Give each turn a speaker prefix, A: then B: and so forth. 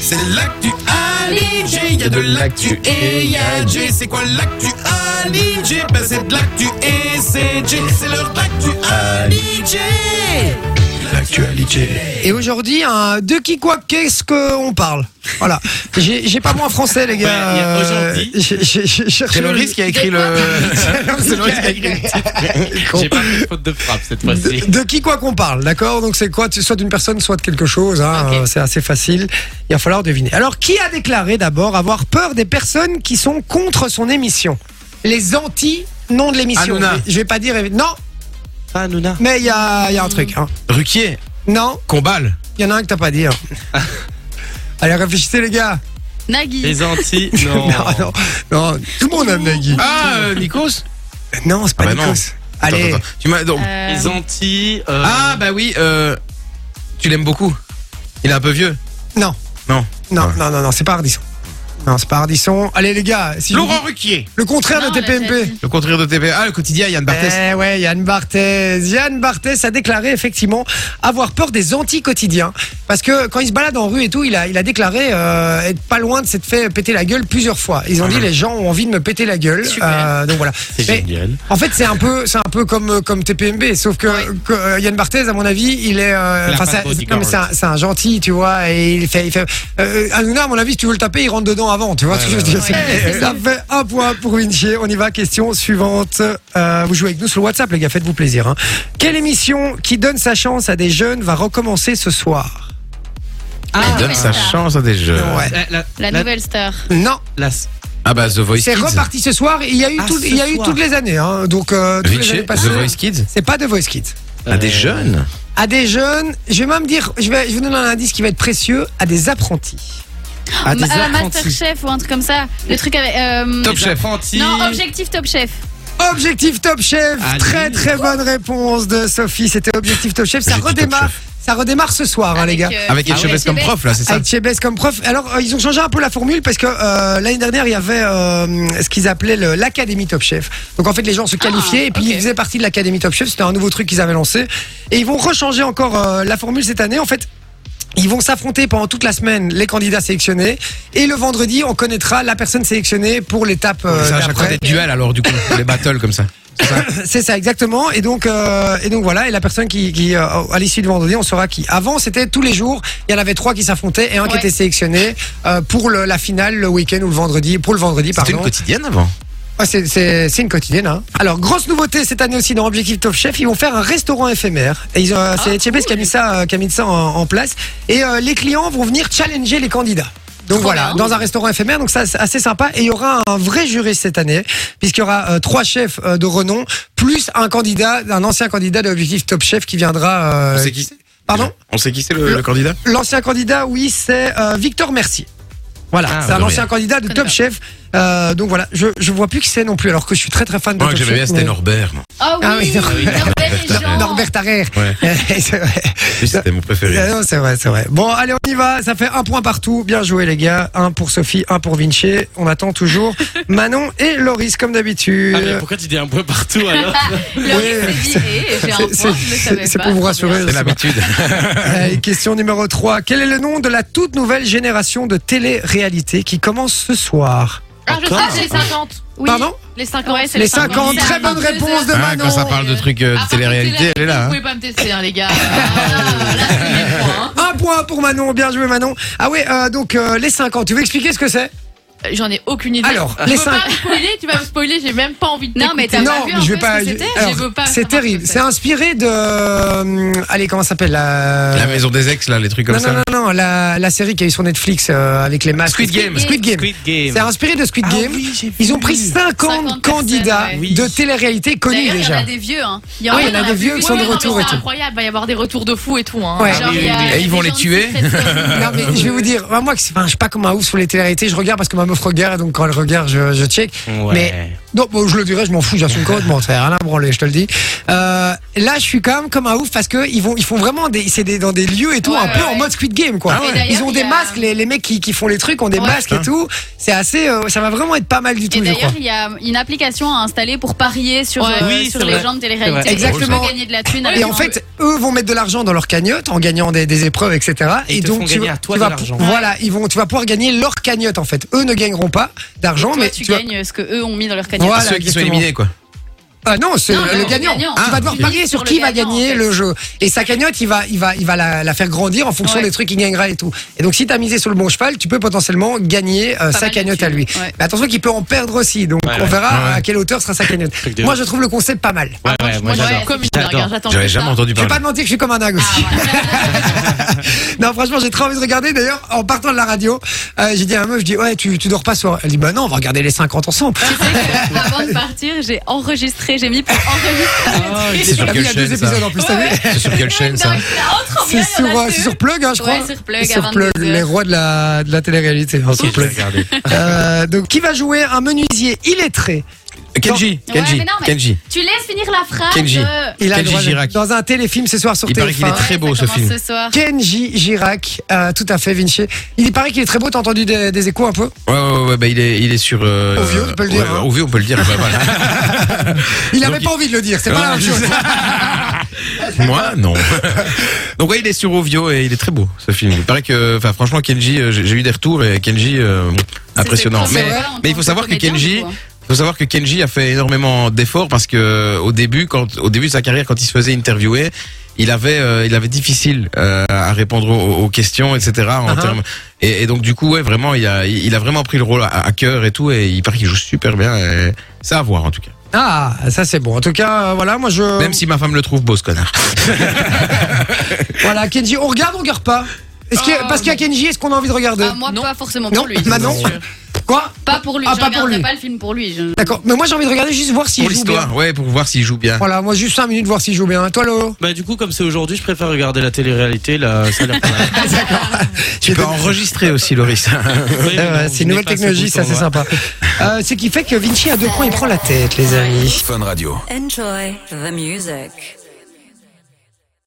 A: C'est l'actu Aligé, il y a de l'actu et il y a J. C'est quoi l'actu Aligé Ben c'est de l'actu et c'est J. C'est l'heure de l'actu Aligé. L'actu Aligé.
B: Et aujourd'hui, hein, de qui quoi qu'est-ce qu'on parle Voilà. J'ai j'ai pas moins français, les gars.
C: Ouais, il y a
B: Euh,
C: aujourd'hui.
B: j'ai- j'ai- j'ai cherché
A: C'est
B: le-
A: Loris qui a écrit le. C'est Loris qui a écrit le titre.
C: J'ai pas fait de faute de frappe cette fois-ci.
B: De qui quoi qu'on parle, d'accord Donc c'est quoi tu- Soit d'une personne, soit de quelque chose. hein,
C: Ok.
B: euh, C'est assez facile. Il va falloir deviner. Alors, qui a déclaré d'abord avoir peur des personnes qui sont contre son émission Les anti non de l'émission.
A: Hanouna.
B: Je vais- Je vais pas dire. Non,
C: Ah, Nouna.
B: mais il y a, il y a un truc. hein.
A: Ruquier,
B: Non,
A: Combal.
B: il y en a un que t'as pas dit. hein. Allez, réfléchissez, les gars.
D: Nagui.
C: Les Antilles, non.
B: Non, non, non. Tout le monde aime Nagui.
A: Oh. Ah, euh, Nikos
B: Non, c'est pas
A: Ah bah
B: Nikos.
A: non.
B: Allez.
A: Attends, attends, attends. Tu m'as. donc-
D: Euh,
C: Les Antilles. euh,
A: Ah, bah oui, euh, tu l'aimes beaucoup. Il est un peu vieux.
B: Non.
A: Non.
B: Non,
A: Ouais.
B: non, non, non, c'est pas Ardisson. Non, c'est pas Ardisson. Allez, les gars, si je vous
A: Laurent
B: dis
A: Ruquier.
B: le contraire
D: non,
B: de
D: on l'a déjà
B: TPMP.
D: dit.
A: Le contraire de TVA, le quotidien, Yann Barthès.
B: Eh ouais, Yann Barthès. Yann Barthès a déclaré effectivement avoir peur des anti-quotidiens. Parce que quand il se balade en rue et tout, il a, il a déclaré euh, être pas loin de s'être fait péter la gueule plusieurs fois.
A: Ah
B: Ils ont dit les gens ont envie de me péter la gueule.
D: Super.
B: Euh, donc voilà.
C: C'est
B: Mais-
C: génial.
B: En fait, c'est un peu, c'est un peu comme euh, comme TPMB, sauf que, que, euh, Yann Barthez, à mon avis, il est, euh,
C: Il a
B: enfin,
C: pas
B: c'est
C: de
B: c'est- non, mais c'est un, c'est un gentil, tu vois, et il fait, il fait. Euh, Hanouna, à mon avis, si tu veux le taper, il rentre dedans avant, tu vois ce que je veux dire.
D: ouais. Ouais,
B: C'est-
D: c'est
B: ça
D: ça.
B: fait un point pour Vinci. On y va. Question suivante. Euh, vous jouez avec nous sur le WhatsApp, les gars. Faites-vous plaisir. hein. Quelle émission qui donne sa chance à des jeunes va recommencer ce soir
D: Ah,
A: Donne
D: ouais,
A: sa
D: ça.
A: chance à des jeux.
B: Ouais.
C: eh, La, la-
D: La
C: la-
D: nouvelle star.
B: Non,
C: la-
A: Ah bah The Voice
B: c'est
A: Kids.
B: reparti ce soir. Il y a eu,
C: Ah,
B: tout-
C: ce
B: il y a eu
C: soir.
B: toutes les années, hein. donc euh, toutes les
A: Vinci,
B: années
A: The
B: passées.
A: Voice Kids.
B: C'est pas de Voice Kids.
A: À des
C: Euh,
A: jeunes.
B: à des jeunes, je vais même dire, je vais, je vais donner un indice qui va être précieux, à des apprentis. Ah,
C: à Ah, des
D: Ma- euh,
C: apprentis.
D: Masterchef ou un truc comme ça. Le truc avec. euh,
A: Top Chef.
C: Apprentis.
D: Non, objectif Top Chef.
B: Objectif Top Chef,
C: Allez.
B: très très bonne réponse de Sophie, c'était Objectif Top Chef, ça
A: J'ai dit Top
B: redémarre,
A: Chef.
B: ça redémarre ce soir hein, les gars.
D: euh,
A: Avec
D: ah
A: Ed
D: ouais,
A: Chevest comme
D: Chebest.
A: prof, là, c'est ça
B: Avec Chebest comme prof. Alors euh, ils ont changé un peu la formule parce que euh, l'année dernière il y avait euh, ce qu'ils appelaient le- l'académie Top Chef. Donc en fait les gens se qualifiaient et puis
D: ok.
B: ils faisaient partie de l'académie Top Chef. C'était un nouveau truc qu'ils avaient lancé et ils vont rechanger encore euh, la formule cette année. En fait Ils vont s'affronter pendant toute la semaine les candidats sélectionnés et le vendredi on connaîtra la personne sélectionnée pour l'étape euh,
A: C'est à chaque fois
B: d'après.
A: des duels, alors, du coup, des battles comme ça.
B: C'est ça exactement et donc euh, et donc voilà et la personne qui, qui euh, à l'issue du vendredi on saura qui. Avant c'était tous les jours il y en avait trois qui s'affrontaient et un qui
D: Ouais.
B: était sélectionné euh, pour le- la finale le week-end ou le vendredi pour le vendredi
A: C'était une
B: pardon.
A: quotidienne avant.
B: Ouais, Ah, c'est- c'est c'est une quotidienne. Hein. Alors grosse nouveauté cette année aussi dans Objectif Top Chef, ils vont faire un restaurant éphémère. Et ils ont- c'est Etchebest qui a mis ça, euh, qui a mis ça en, en place. Et euh, les clients vont venir challenger les candidats. Donc
D: Trop
B: voilà,
D: bien.
B: dans un restaurant éphémère, donc ça c'est assez sympa. Et il y aura un vrai jury cette année, puisqu'il y aura euh, trois chefs euh, de renom, plus un candidat, un ancien candidat de Objectif Top Chef qui viendra. euh,
A: On sait qui Ah, c'est
B: Pardon
A: On sait qui c'est le, le candidat
B: L'ancien candidat, oui, c'est euh, Victor Mercier. Voilà,
C: Ah,
B: c'est un
A: de
B: ancien
A: rien.
B: candidat de
D: Connais
B: Top
D: pas.
A: Chef.
B: Chef. Euh, donc voilà, je, je vois plus qui c'est non plus, alors que je suis très très fan de
A: Moi, que
B: Top
A: j'aimais bien,
B: Chef.
A: c'était
B: mais-
A: Norbert. moi.
D: Oh
B: Ah oui,
D: oui,
B: Norbert.
D: Norbert et Jean.
B: Norbert Tarrer.
A: Ouais.
B: c'est vrai, Euh,
A: Lui, c'était mon préféré.
B: Non, c'est vrai, c'est vrai. Bon, allez, on y va. Ça fait un point partout. Bien joué, les gars. Un pour Sophie, un pour Vinci. On attend toujours Manon et Loris, comme d'habitude.
C: Ah, mais pourquoi tu dis un peu partout alors
D: Le
B: Oui.
D: risque est viré et j'ai
B: C'est-
D: un point, je le
B: c'est-
D: savais
B: c'est
D: pas.
B: pour vous
D: Trop
B: rassurer.
D: bien.
A: C'est l'habitude.
B: Allez, question numéro 3. Quel est le nom de la toute nouvelle génération de télé-réalité qui commence ce soir
D: Ah,
E: Alors, je sais,
C: Encore
E: c'est les 50.
D: Oui.
B: Pardon
E: Les 50.
D: Ouais, c'est
B: Les
D: les
B: 50.
D: 50.
B: Très bonne réponse
D: Ah,
B: de
A: Hein,
B: Manon.
A: quand ça parle de trucs euh,
E: Ah,
A: de télé-réalité,
E: télé-
A: elle est là.
E: Vous
A: hein.
E: pouvez pas me tester, hein, les gars. Ah, là, c'est les points, hein.
B: Un point pour Manon, bien joué Manon. Ah ouais, euh, donc euh, les 50, tu veux expliquer ce que c'est
E: Euh, J'en ai aucune idée.
B: Alors,
E: tu
B: les
E: peux
B: cinq.
E: pas me spoiler, tu vas me spoiler, j'ai même pas envie de
D: Non, mais
E: t'écouter.
D: t'as pas
B: Non,
D: vu
B: mais
D: un
B: je
D: peu
B: vais
D: ce
B: pas...
D: que c'était
B: alors,
E: Je veux pas
B: c'est
E: savoir
B: terrible,
E: ce que
B: c'est
E: c'est.
B: inspiré de... euh, Allez, comment ça s'appelle la...
A: La maison des ex, là, les trucs comme
B: non,
A: ça.
B: non, non, non, la, la série qui a eu sur Netflix euh, avec les masques.
A: Squid Game. Ah
B: Squid Game.
C: Squid Game.
B: C'est inspiré de
D: Ah
B: Squid Game. Ils ont pris 50,
D: 50
B: candidats
D: personnes,
C: ouais.
B: de télé-réalité connus
D: D'ailleurs, il y en
B: déjà.
D: a des vieux. Hein.
B: Ah oui,
D: en
B: il y en a des vieux qui
D: plus
B: sont de
D: vieux,
E: non, mais
B: retour
E: c'est
B: et tout.
E: incroyable, va y avoir des retours de fous et tout. Hein.
B: Ouais.
D: Genre, il y a-
A: Et ils
D: il y a
A: vont
D: des
A: les
D: gens
A: tuer.
D: qui se fêtent, euh,
B: Non mais je vais vous dire, moi que c'est- enfin, je suis pas comme un ouf sur les télé-réalités, je regarde parce que ma me regarde, donc quand elle regarde, je, je check.
C: Ouais.
B: Mais non, bon, je le dirais, je m'en fous, j'assume complètement, ça y a rien à branler, je te le dis. Euh, là, je suis quand même comme un ouf parce que ils vont, ils font vraiment des, c'est des, dans des lieux et tout,
E: Ouais,
B: un peu
E: ouais.
B: en mode Squid Game, quoi.
E: Ah ouais. Et
B: Ils
E: d'ailleurs,
B: ont
E: il
B: des
E: y a-
B: masques, les, les mecs qui, qui font les trucs ont des
D: Ouais.
B: masques
C: Ah.
B: et tout. C'est assez, euh, ça va vraiment être pas mal du
D: Et
B: tout, je crois.
D: d'ailleurs, il y a une application à installer pour parier sur,
E: Ouais.
D: euh,
C: Oui,
D: sur
C: c'est
D: les
C: vrai.
D: gens de
C: C'est vrai.
D: télé-réalité.
B: Exactement.
D: Tu peux gagner de la thune avec
B: Et en fait, eux vont mettre de l'argent dans leur cagnotte en gagnant des, des épreuves, etc.
C: Et ils te font
B: tu,
C: gagner
B: vas-
C: à toi
B: tu
C: de
B: vas,
C: l'argent.
B: voilà, ils vont, tu vas pouvoir gagner leur cagnotte en fait. Eux ne gagneront pas d'argent,
D: toi,
B: mais
D: tu
B: tu vas-
D: gagnes ce que eux ont mis dans leur cagnotte.
B: Voilà,
A: Ceux qui sont
B: exactement.
A: éliminés, quoi.
B: Ah non, c'est
D: Non,
B: le
D: non,
B: gagnant.
D: le gagnant.
B: tu
A: Ah,
B: vas devoir
D: ok.
B: parier sur
D: Sur
B: qui
D: le
B: va
D: gagnant,
B: gagner
D: en fait.
B: le jeu. Et sa cagnotte, il va, il va, il va, la, la faire grandir en fonction
D: Ouais.
B: des trucs qu'il gagnera et tout. Et donc, si t'as misé sur le bon cheval, tu peux potentiellement gagner euh, sa
D: mal de
B: cagnotte à
D: thunes,
B: lui.
D: ouais.
B: Mais attention qu'il peut en perdre aussi. Donc,
C: Ouais,
B: on
C: ouais.
B: verra
A: Ouais, ouais.
B: à quelle hauteur sera sa cagnotte.
C: Truc de
B: Moi,
C: ouf.
B: je trouve le concept pas mal.
C: Ouais,
D: Ah,
C: ouais, moi
E: Moi,
C: j'adore.
E: j'ai comme une
C: J'adore.
E: dingue, j'attends
A: J'avais
E: que
A: jamais
E: ça.
A: entendu
B: Je vais
A: parler.
B: pas te mentir que je suis comme un dingue aussi.
D: Ah
B: non, franchement, j'ai très envie de regarder. D'ailleurs, en partant de la radio, euh, j'ai dit à ma meuf, je dis, ouais, tu, tu dors pas ce soir. Elle dit, bah non, on va regarder les 50 ensemble.
D: Tu sais que bah, avant de partir, j'ai enregistré, j'ai mis pour enregistrer.
C: Ah, il est
A: C'est sur
B: T'as vu,
A: quelle
B: il y a deux
A: chaîne ça
B: épisodes en plus, t'as vu
A: C'est sur quelle chaîne ça
D: Dingue, là. Oh, trop bien,
B: C'est
D: il
B: sur,
D: y en a
B: euh,
D: deux.
B: c'est sur Plug, hein, je
D: Ouais,
B: crois.
D: sur Plug,
B: C'est sur
D: à
B: Plug,
D: 22.
B: les rois de la, de la télé-réalité. hein, sur
C: Ok, je vais
B: Plug.
C: regarder.
B: Euh, donc, qui va jouer un menuisier illettré
A: Kenji,
D: Ouais,
A: Kenji,
D: mais non, mais
A: Kenji.
D: Tu laisses finir la phrase.
A: Kenji.
D: euh,
B: Il a le
A: Kenji
B: droit de-
A: Girac.
B: dans un téléfilm ce soir sur
A: Il paraît
B: TF1.
A: qu'il est Très
D: ouais,
A: beau,
D: ça commence
A: Sophie.
D: Ce soir.
B: Kenji Girac, euh, tout à fait, Vinci. Il paraît qu'il est très beau, t'as entendu des, des échos un peu
A: Ouais, ouais, ouais, bah, il est, il est sur. euh,
B: Au vieux, on peut le dire,
A: ouais,
B: hein.
A: Au vieux, on peut le dire. ouais, voilà.
B: Il avait
A: il-
B: pas envie de le dire, c'est pas la même chose.
A: Moi, non. Donc ouais, il est sur Ovio et il est très beau ce film. Il paraît que, enfin, franchement, Kenji, euh, j'ai j'ai eu des retours et Kenji, euh, impressionnant.
D: C'est
A: Mais,
D: vrai.
A: mais il faut savoir que
D: Comédien,
A: Kenji,
D: du coup, hein.
A: il faut savoir que Kenji a fait énormément d'efforts parce que au début, quand, au début de sa carrière, quand il se faisait interviewer, il avait, euh, il avait difficile euh, à répondre aux, aux questions, etc. En
B: Uh-huh.
A: termes- et, et donc du coup, ouais, vraiment, il a, il a vraiment pris le rôle à, à cœur et tout, et il paraît qu'il joue super bien. et C'est à voir en tout cas.
B: Ah, ça c'est bon. En tout cas, euh, voilà, moi je.
D: Oh.
A: Même si ma femme le trouve beau, ce connard.
B: Voilà, Kenji, on regarde, on regarde pas. Est-ce que,
E: Ah,
B: parce qu'il y a Kenji, est-ce qu'on a envie de regarder
D: Ah, moi,
E: Non.
D: pas forcément
B: Non,
D: pour lui.
B: Manon.
D: c'est sûr.
B: Quoi
D: Pas pour lui.
B: Ah,
D: je
B: pas pour
D: regarderai
B: lui.
D: pas le film pour lui. je-
B: D'accord, mais moi j'ai envie de regarder juste voir s'il
A: Pour
B: joue bien.
A: l'histoire, ouais, pour voir s'il joue bien.
B: Voilà, moi juste 5 minutes voir s'il joue bien. Toi Lolo
C: Bah du coup comme c'est aujourd'hui, je préfère regarder la télé-réalité là, ça a l'air pas mal.
A: Tu peux enregistrer aussi, Loris.
C: Oui, mais
B: Ah Ouais, ouais, c'est
C: non, je
B: une
C: n'ai
B: nouvelle
C: pas ce
B: technologie, ça
C: bouton,
B: c'est
C: ouais.
B: sympa. Euh, ce qui fait que Vinci a deux points, il prend la tête, les amis.
F: Enjoy the music.